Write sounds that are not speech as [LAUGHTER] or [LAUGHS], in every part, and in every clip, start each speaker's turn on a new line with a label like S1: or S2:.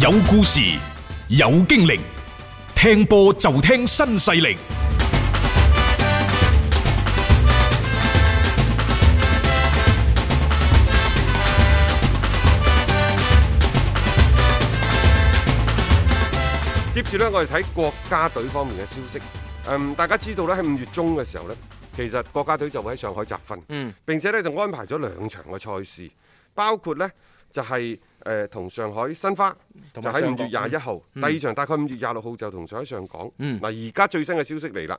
S1: 有故事，有經歷，聽波就聽新勢力。
S2: 接住呢，我哋睇國家隊方面嘅消息。嗯，大家知道呢，喺五月中嘅時候呢，其實國家隊就會喺上海集訓，
S3: 嗯，
S2: 並且呢就安排咗兩場嘅賽事，包括呢就係誒同上海申花，就
S3: 同埋
S2: 喺
S3: 上
S2: 五月
S3: 港
S2: 廿一號，第二場大概五月廿六號就同上海上港。
S3: 嗯
S2: 嗱而家最新嘅消息嚟啦，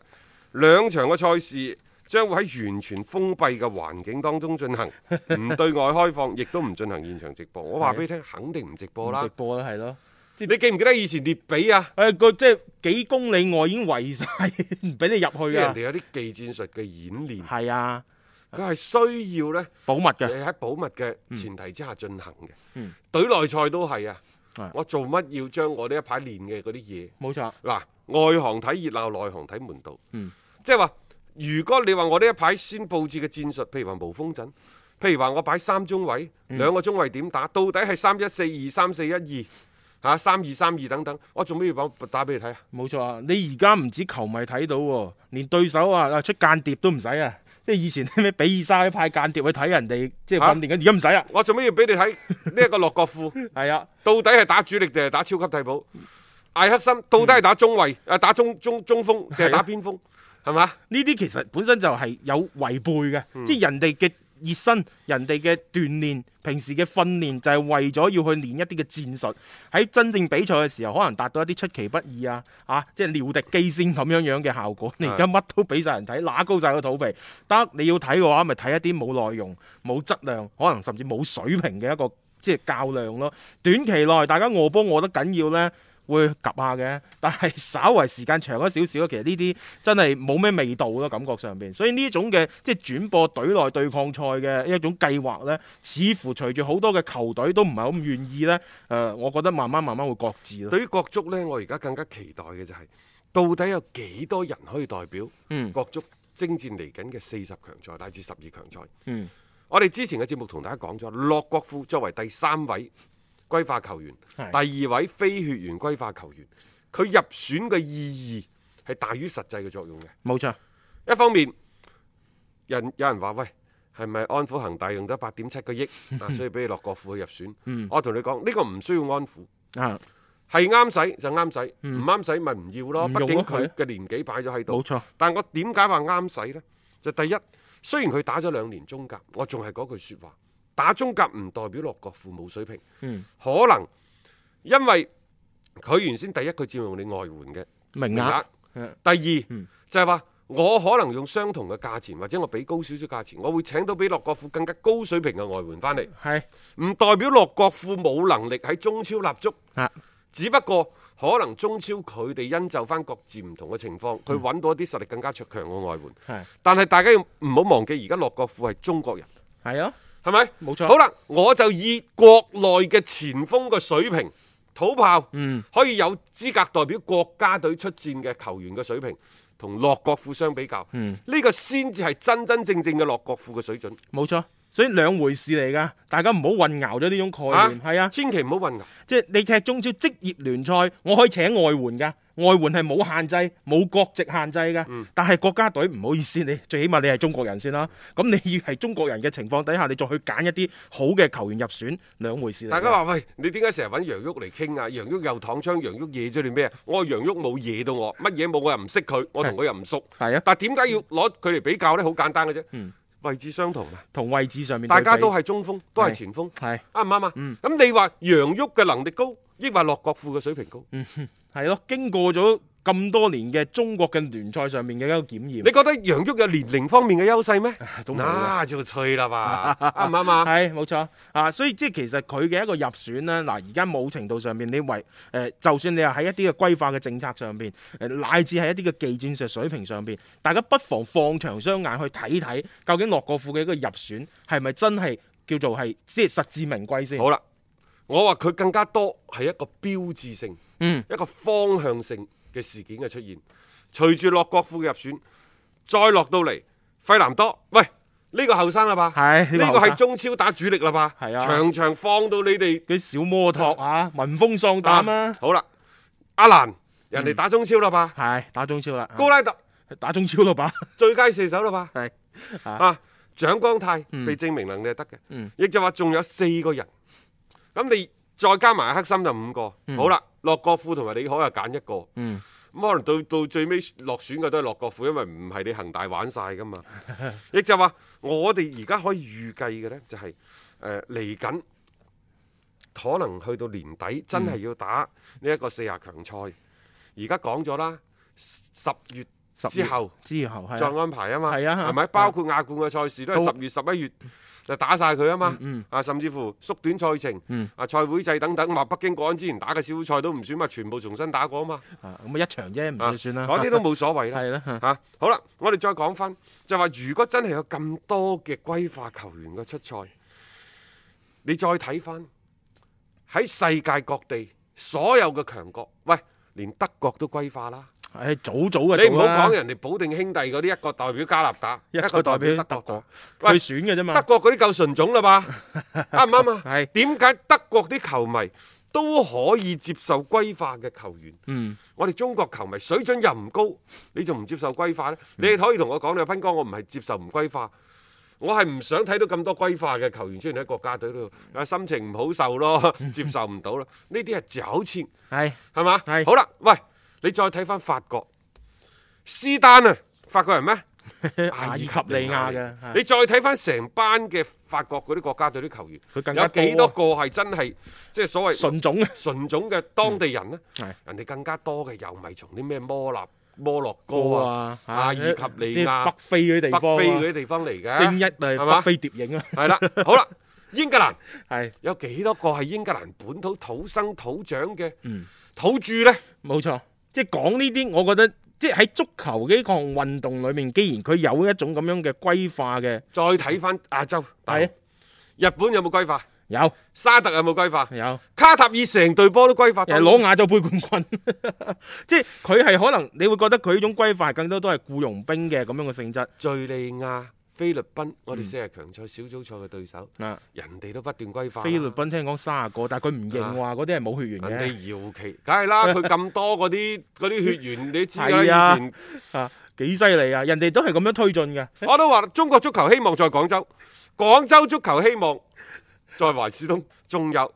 S2: 兩場嘅賽事。將會喺完全封閉嘅環境當中進行，
S3: [LAUGHS]
S2: 唔對外開放，亦都唔進行現場直播。我話俾你聽，肯定唔直播啦
S3: 直。播啦，係咯。
S2: 你記唔記得以前列比啊？
S3: 誒個即係幾公里外已經圍晒， [LAUGHS] 唔俾你入
S2: 即
S3: 去
S2: 係人
S3: 啊
S2: 哋。有啲技戰術嘅演練，
S3: 係啊，
S2: 佢係需要呢，
S3: 保密
S2: 你
S3: 嘅。
S2: 喺保密嘅前提之下進行嘅。
S3: 嗯
S2: 隊內賽都係啊
S3: 係，
S2: 我做乜要將我呢一排練嘅嗰啲嘢
S3: 冇錯，
S2: 嗱，外行睇熱鬧，內行睇門道。
S3: 嗯
S2: 即係話，如果你話我呢一排先佈置嘅戰術，譬如話無鋒陣，譬如話我擺三中位，
S3: 嗯
S2: 兩個中位點打，到底係三一四二、三四一二嚇、三二三二等等，我做咩要講打俾你睇啊？
S3: 冇錯啊！你而家唔止球迷睇到喎，連對手啊啊出間諜都唔使啊！即係以前咩比爾沙派間諜去睇人哋即係
S2: 啊
S3: 訓練緊，而家唔使啊。
S2: 我做咩要俾你睇呢一個洛國富？
S3: 係啊，
S2: 到底係打主力定係打超級替補？艾克森到底係打中衞、
S3: 嗯
S2: 啊打中中中鋒
S3: 啊
S2: 定係打邊鋒？係嘛？
S3: 呢啲其實本身就係有違背嘅，即係人哋嘅熱身、人哋嘅鍛鍊、平時嘅訓練就係為咗要去練一啲嘅戰術。喺真正比賽嘅時候，可能達到一啲出其不意啊，啊，即係料敵機先咁樣樣嘅效果。你而家乜都俾晒人睇，揦高晒個肚皮，得你要睇嘅話，咪睇一啲冇內容、冇質量，可能甚至冇水平嘅一個即係較量咯。短期內大家餓波餓得緊要呢。會及下嘅，但係稍為時間長咗少少，其實呢啲真係冇咩味道咯，感覺上邊。所以呢種嘅即係轉播隊內對抗賽嘅一種計劃呢，似乎隨住好多嘅球隊都唔係咁願意呢。誒、我覺得慢慢慢慢會擱置咯。
S2: 對於國足呢，我而家更加期待嘅就係、到底有幾多人可以代表
S3: 嗯
S2: 國足征戰嚟緊嘅四十強賽乃至十二強賽？
S3: 嗯，
S2: 我哋之前嘅節目同大家講咗，洛國富作為第三位歸化球員，
S3: 係
S2: 第二位非血緣歸化球員，佢入選嘅意義係大於實際嘅作用嘅。
S3: 冇錯，
S2: 一方面，人有人話喂，係咪安撫恒大用咗八點七個億
S3: [LAUGHS]
S2: 啊，所以俾你落國庫去入選？
S3: 嗯
S2: 我同你講，呢、個唔需要安撫，
S3: 啊，
S2: 係啱使就啱使，唔
S3: 嗯
S2: 啱使咪唔要咯。
S3: 唔
S2: 畢
S3: 用咯啊
S2: 竟佢嘅年紀擺咗喺
S3: 冇
S2: 度。
S3: 錯，
S2: 但我點解話啱使呢？就第一，雖然佢打咗兩年中甲，我仲係嗰句説話，打中甲唔代表落國庫冇水平，
S3: 嗯，
S2: 可能因為佢原先第一佢佔用你外援嘅。
S3: 名
S2: 名
S3: 額
S2: 額。呃第二、
S3: 呃嗯
S2: 就係話，我可能用相同嘅價錢，或者我俾高少少價錢，我會請到比洛國富更加高水平嘅外援翻嚟，
S3: 係
S2: 唔代表洛國富冇能力喺中超立足，
S3: 啊，
S2: 只不過可能中超佢哋因就翻各自唔同嘅情
S3: 嗯
S2: 況，佢揾到一啲實力更加強嘅外援。
S3: 係
S2: 但係大家要唔好忘記，而家洛國富係中國人，
S3: 係啊，
S2: 係咪？
S3: 冇錯
S2: 好啦，我就以國內嘅前鋒嘅水平，土炮，
S3: 嗯，
S2: 可以有資格代表國家隊出戰嘅球員嘅水平，同洛國富相比較，
S3: 嗯
S2: 呢個先至係真真正正嘅洛國富嘅水準。
S3: 冇錯。所以兩回事嚟㗎，大家唔好混淆咗呢種概念。係啊
S2: 千祈唔好混淆。
S3: 即係你踢中超職業聯賽，我可以請外援㗎，外援係冇限制、冇國籍限制㗎。但係國家隊唔好意思，你最起碼你係中國人先啦。咁你要係中國人嘅情況底下，你再去揀一啲好嘅球員入選，兩回事嚟㗎。
S2: 大家話喂，你點解成日揾楊旭嚟傾啊？楊旭又躺槍，楊旭惹咗你咩啊？我話楊旭冇惹到我，乜嘢冇我又唔識佢，我同佢又唔熟。
S3: 係啊
S2: 但係點解要攞佢嚟比較呢？好簡單嘅啫，
S3: 嗯
S2: 位置相同啊，
S3: 同位置上面對
S2: 大
S3: 比，
S2: 家都係中鋒，都係
S3: 係
S2: 前鋒，
S3: 係
S2: 啱唔啱啊？咁、
S3: 嗯
S2: 你話楊旭嘅能力高，抑或洛國富嘅水平高？
S3: 係咯。經過咗咁多年嘅中國嘅聯賽上面嘅一個檢驗
S2: 你，覺得楊旭有年齡方面嘅優勢咩？
S3: 都冇啦。
S2: 那就吹啦吧，啱唔啱啊？
S3: 係冇錯啊，所以即係其實佢嘅一個入選呢，嗱而家某程度上面你為誒、呃就算你係喺一啲嘅規劃嘅政策上邊，誒、乃至係一啲嘅技戰術水平上邊，大家不妨放長雙眼去睇睇，究竟洛國富嘅一個入選係咪真係叫做係即係實至名歸先？
S2: 好啦，我話佢更加多係一個標誌性、
S3: 嗯，
S2: 一個方向性嘅事件嘅出現。隨住洛國富嘅入選，再落到嚟費南多，喂，呢個後生啦吧？
S3: 係呢個
S2: 呢個
S3: 後
S2: 係
S3: 生
S2: 中超打主力啦吧？
S3: 係啊
S2: 場場放到你哋
S3: 啲小摩托啊，聞風喪膽啊，
S2: 好啦，阿蘭人哋打中超啦吧？
S3: 係打中超啦，
S2: 高拉特
S3: 打中超啦吧？
S2: 最佳射手啦吧？
S3: 係啊
S2: 啊，蔣光泰
S3: 嗯
S2: 被證明能力係得嘅，
S3: 嗯
S2: 亦就話仲有四個人，咁你再加埋黑心就五個。
S3: 嗯
S2: 好啦，洛國富同埋李可又揀一個。
S3: 嗯，
S2: 咁可能到到最尾落選嘅都係洛國富，因為唔係你恒大玩晒噶
S3: [LAUGHS]
S2: 嘛。亦就話我哋而家可以預計嘅呢，就係誒嚟緊，可能去到年底真係要打
S3: 嗯
S2: 呢一個四十強賽。而家講咗啦，十月之後
S3: 之後係
S2: 再
S3: 啊
S2: 安排啊嘛，
S3: 係啊
S2: 係咪？
S3: 啊
S2: 包括亞冠嘅賽事都
S3: 都
S2: 係十月、十一月就打晒佢啊嘛。
S3: 嗯
S2: 啊，甚至乎縮短賽程，
S3: 嗯
S2: 啊賽會制等等，話北京國安之前打嘅小組賽都唔算嘛，全部重新打過啊嘛。
S3: 啊咁啊一場啫，唔
S2: 啊
S3: 算算啦，
S2: 嗰啲都冇所謂啦。
S3: 係啦，
S2: 嚇、好啦，我哋再講翻，就話如果真係有咁多嘅歸化球員嘅出賽，你再睇翻喺世界各地所有嘅強國，喂，連德國都歸化啦。
S3: 係早早嘅，
S2: 你唔好講人哋保定兄弟嗰啲，一個代表加納打，一
S3: 一
S2: 個
S3: 個
S2: 代
S3: 代
S2: 表德
S3: 表
S2: 國
S3: 德國
S2: 打。
S3: 佢
S2: 喂，
S3: 選嘅啫嘛
S2: 德，國嗰啲夠純種啦吧？啱唔啱啊？
S3: 係
S2: 點解德國啲球迷都可以接受歸化嘅球員？
S3: 嗯
S2: 我哋中國球迷水準又唔高，你仲唔接受歸化呢？你
S3: 嗯
S2: 可以同我講，你話斌哥，我唔係接受唔歸化，我係唔想睇到咁多歸化嘅球員出現喺國家隊度，
S3: 嗯
S2: 啊心情唔好受咯， [LAUGHS] 接受唔到啦。呢啲係狡錢，
S3: [LAUGHS] 係
S2: 係嘛？
S3: 係
S2: 好啦，喂，你再睇翻法國，斯丹啊，法國人咩？
S3: 阿爾及利亞嘅係
S2: 你再睇翻成班嘅法國嗰啲國家隊啲球員，
S3: 佢更加
S2: 有幾多
S3: 多啊
S2: 個係真係即係所謂
S3: 純種嘅，
S2: 純種嘅當地人呢？
S3: 係
S2: 人哋更加多嘅又咪從啲咩摩納、摩洛
S3: 高
S2: 哥啊、
S3: 啊，
S2: 阿爾及利亞、
S3: 北非嗰啲地
S2: 北
S3: 方啊，
S2: 非嗰啲地方嚟嘅，
S3: 正一
S2: 係
S3: 嚟
S2: 嘛
S3: 北非諜影啊，
S2: 係啦，好啦，英格蘭
S3: 係
S2: 有幾多個係英格蘭本土土生土長嘅
S3: 嗯
S2: 土著呢？
S3: 冇錯，即係講呢啲，我覺得即係喺足球呢項運動裏面，既然佢有一種咁樣嘅規化嘅，
S2: 再睇翻亞洲，大陸
S3: 係
S2: 日本有冇歸化？
S3: 有
S2: 沙特有冇歸化？
S3: 有。
S2: 卡塔爾成隊波都歸化，
S3: 又係攞亞洲杯冠 [LAUGHS] 軍，即係佢係可能你會覺得佢呢種規範更多都係僱傭兵嘅咁樣嘅性質
S2: 敍利亞、菲律賓，我哋四十強賽小組賽嘅對手，
S3: 啊。
S2: 人哋都不斷歸化啦。
S3: 菲律賓聽講三十個，但係佢唔認話嗰啲係冇血緣
S2: 人
S3: 嘅，
S2: 哋搖旗，梗係啦，佢咁多嗰啲嗰啲血緣，你知㗎
S3: 係
S2: 啦。
S3: 啊
S2: 以前
S3: 啊幾犀利啊！人哋都係咁樣推進嘅，
S2: [LAUGHS] 我都話中國足球希望在廣州，廣州足球希望在懷斯東，仲有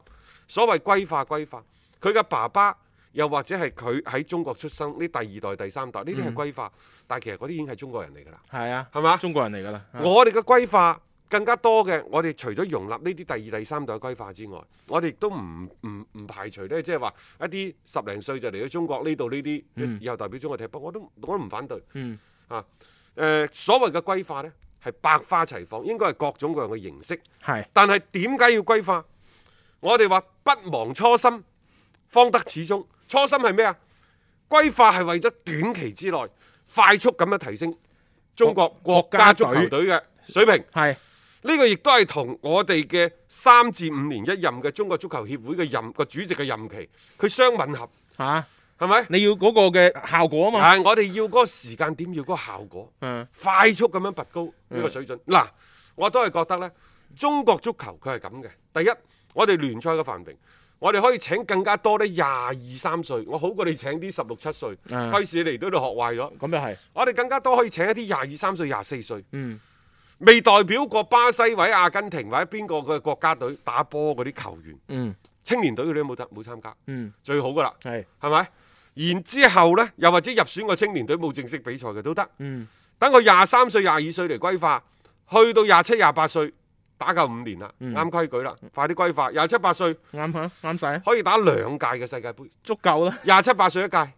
S2: 所謂歸化歸化，佢嘅爸爸又或者係佢喺中國出生呢第二代第三代，呢啲係歸化，但係其實嗰啲已經係中國人嚟㗎啦，
S3: 係啊，
S2: 係嘛？
S3: 中國人嚟㗎啦。啊
S2: 我哋嘅規劃更加多嘅，我哋除咗容納呢啲第二、第三代嘅規劃之外，我哋亦都唔唔唔排除呢，即係話一啲十零歲就嚟咗中國呢度呢啲，
S3: 嗯
S2: 以後代表中國踢波，我都我都唔反對。
S3: 嗯
S2: 啊，誒、所謂嘅規劃呢，係百花齊放，應該係各種各樣嘅形式。
S3: 係
S2: 但係點解要規劃？我哋話不忘初心，方得始終。初心係咩啊？規劃係為咗短期之內快速咁樣提升中國
S3: 國
S2: 國家足
S3: 國家
S2: 球
S3: 隊
S2: 隊嘅水平。
S3: 係
S2: 呢個亦都係同我哋嘅三至五年一任嘅中國足球協會嘅任個主席嘅任期，佢相吻合，
S3: 嚇，
S2: 係咪？
S3: 你要嗰個嘅效果啊嘛。
S2: 但係我哋要嗰個時間點，要嗰個效果。
S3: 嗯
S2: 快速咁樣拔高呢個水準。嗱、我都係覺得呢，中國足球佢係咁嘅。第一，我哋聯賽嘅繁榮，我哋可以請更加多呢廿二三歲，我好過你請啲十六七歲，
S3: 嗯
S2: 費事你嚟到度學壞咗。
S3: 咁又係，
S2: 我哋更加多可以請一啲廿二三歲、廿四歲，
S3: 嗯，
S2: 未代表過巴西或者阿根廷或者邊個嘅國家隊打波嗰啲球員，
S3: 嗯，
S2: 青年隊佢哋都冇得冇參加，
S3: 嗯，
S2: 最好噶啦，
S3: 係，
S2: 係咪？然之後呢，又或者入選個青年隊冇正式比賽嘅都得。
S3: 嗯，
S2: 等佢廿三歲、廿二歲嚟歸化，去到廿七、廿八歲打夠五年啦，
S3: 嗯
S2: 啱規矩啦，快啲歸化。廿七八歲
S3: 啱嚇，啱晒啊，
S2: 可以打兩屆嘅世界
S3: [LAUGHS]
S2: 盃，
S3: 足夠啦。
S2: 廿七八歲一屆，
S3: 啊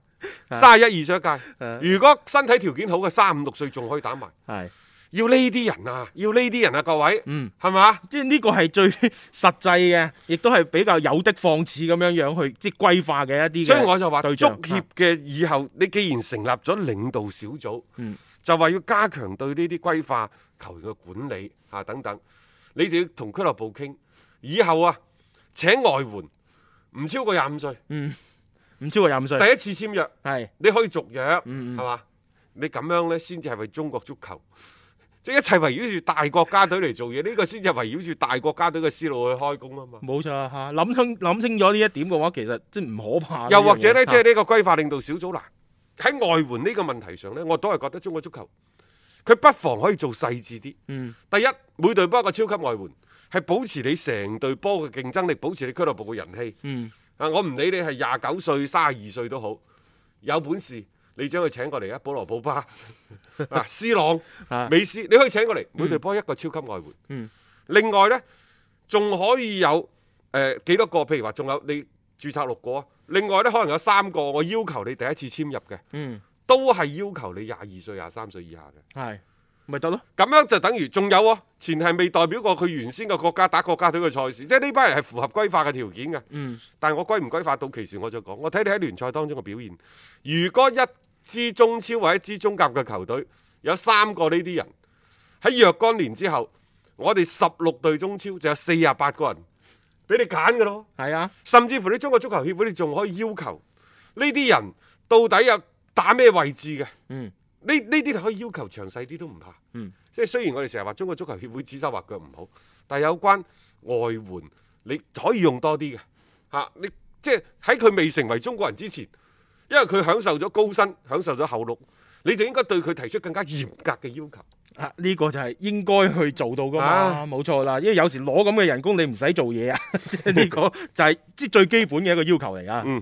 S2: 三十一二歲一屆。
S3: 啊
S2: 如果身體條件好嘅，三五六歲仲可以打埋。
S3: 係，
S2: 要呢啲人啊，要呢啲人啊，各位，
S3: 嗯。
S2: 係嘛？
S3: 即係呢個係最 [LAUGHS] 實際嘅，亦都係比較有的放矢咁樣樣去即係規化嘅一啲嘅
S2: 所以我就話足
S3: 對象
S2: 協嘅以後，你既然成立咗領導小組，
S3: 嗯
S2: 就話要加強對呢啲規劃球員嘅管理啊等等，你就要同俱樂部傾，以後啊請外援唔超過廿五歲，
S3: 唔超過廿五歲，
S2: 第一次簽約
S3: 係
S2: 你可以續約，係
S3: 嗯嗯
S2: 嘛、你咁樣呢，先至係為中國足球即係一切圍繞住大國家隊嚟做嘢，呢、個先至係圍繞住大國家隊嘅思路去開工啊嘛。
S3: 冇錯嚇，諗清諗清咗呢一點嘅話，其實即係唔可怕。
S2: 又或者呢，
S3: 呢樣嘢
S2: 即係呢個規劃領導小組嗱，喺外援呢個問題上呢，我都係覺得中國足球佢不妨可以做細緻啲。
S3: 嗯
S2: 第一，每隊波一個超級外援，係保持你成隊波嘅競爭力，保持你俱樂部嘅人氣。
S3: 嗯
S2: 啊，我唔理你係廿九歲、三十二歲都好，有本事你將佢請過嚟啊，保羅普巴、
S3: [LAUGHS]
S2: 啊、斯朗
S3: 啊、
S2: 美斯，你可以請過嚟，每隊波一個超級外援。
S3: 嗯
S2: 另外呢，仲可以有誒、呃、幾多個？譬如話，仲有你註冊六個啊。另外呢，可能有三個，我要求你第一次簽入嘅，
S3: 嗯，
S2: 都係要求你廿二歲、廿三歲以下嘅。
S3: 係咪得咯？
S2: 咁樣就等於仲有啊，前係未代表過佢原先嘅國家打國家隊嘅賽事，即係呢班人係符合歸化嘅條件嘅。
S3: 嗯
S2: 但係我歸唔歸化到期時我再講。我睇你喺聯賽當中嘅表現。如果一支中超或者一支中甲嘅球隊有三個呢啲人喺若干年之後，我哋十六隊中超就有四十八個人俾你揀嘅咯。
S3: 係啊，
S2: 甚至乎你中國足球協會，你仲可以要求呢啲人到底有打咩位置嘅？
S3: 嗯
S2: 呢呢啲你可以要求詳細啲都唔怕。
S3: 嗯，
S2: 即係雖然我哋成日話中國足球協會指手畫腳唔好，但係有關外援你可以用多啲嘅嚇。你即係喺佢未成為中國人之前，因為佢享受咗高薪，享受咗厚祿，你就應該對佢提出更加嚴格嘅要求。
S3: 啊呢、個就係應該去做到噶嘛，
S2: 啊
S3: 冇、錯啦。因 [LAUGHS] 為有時攞咁嘅人工，你唔使做嘢啊，即係呢個就係即係最基本嘅一個要求嚟啊。
S2: 嗯，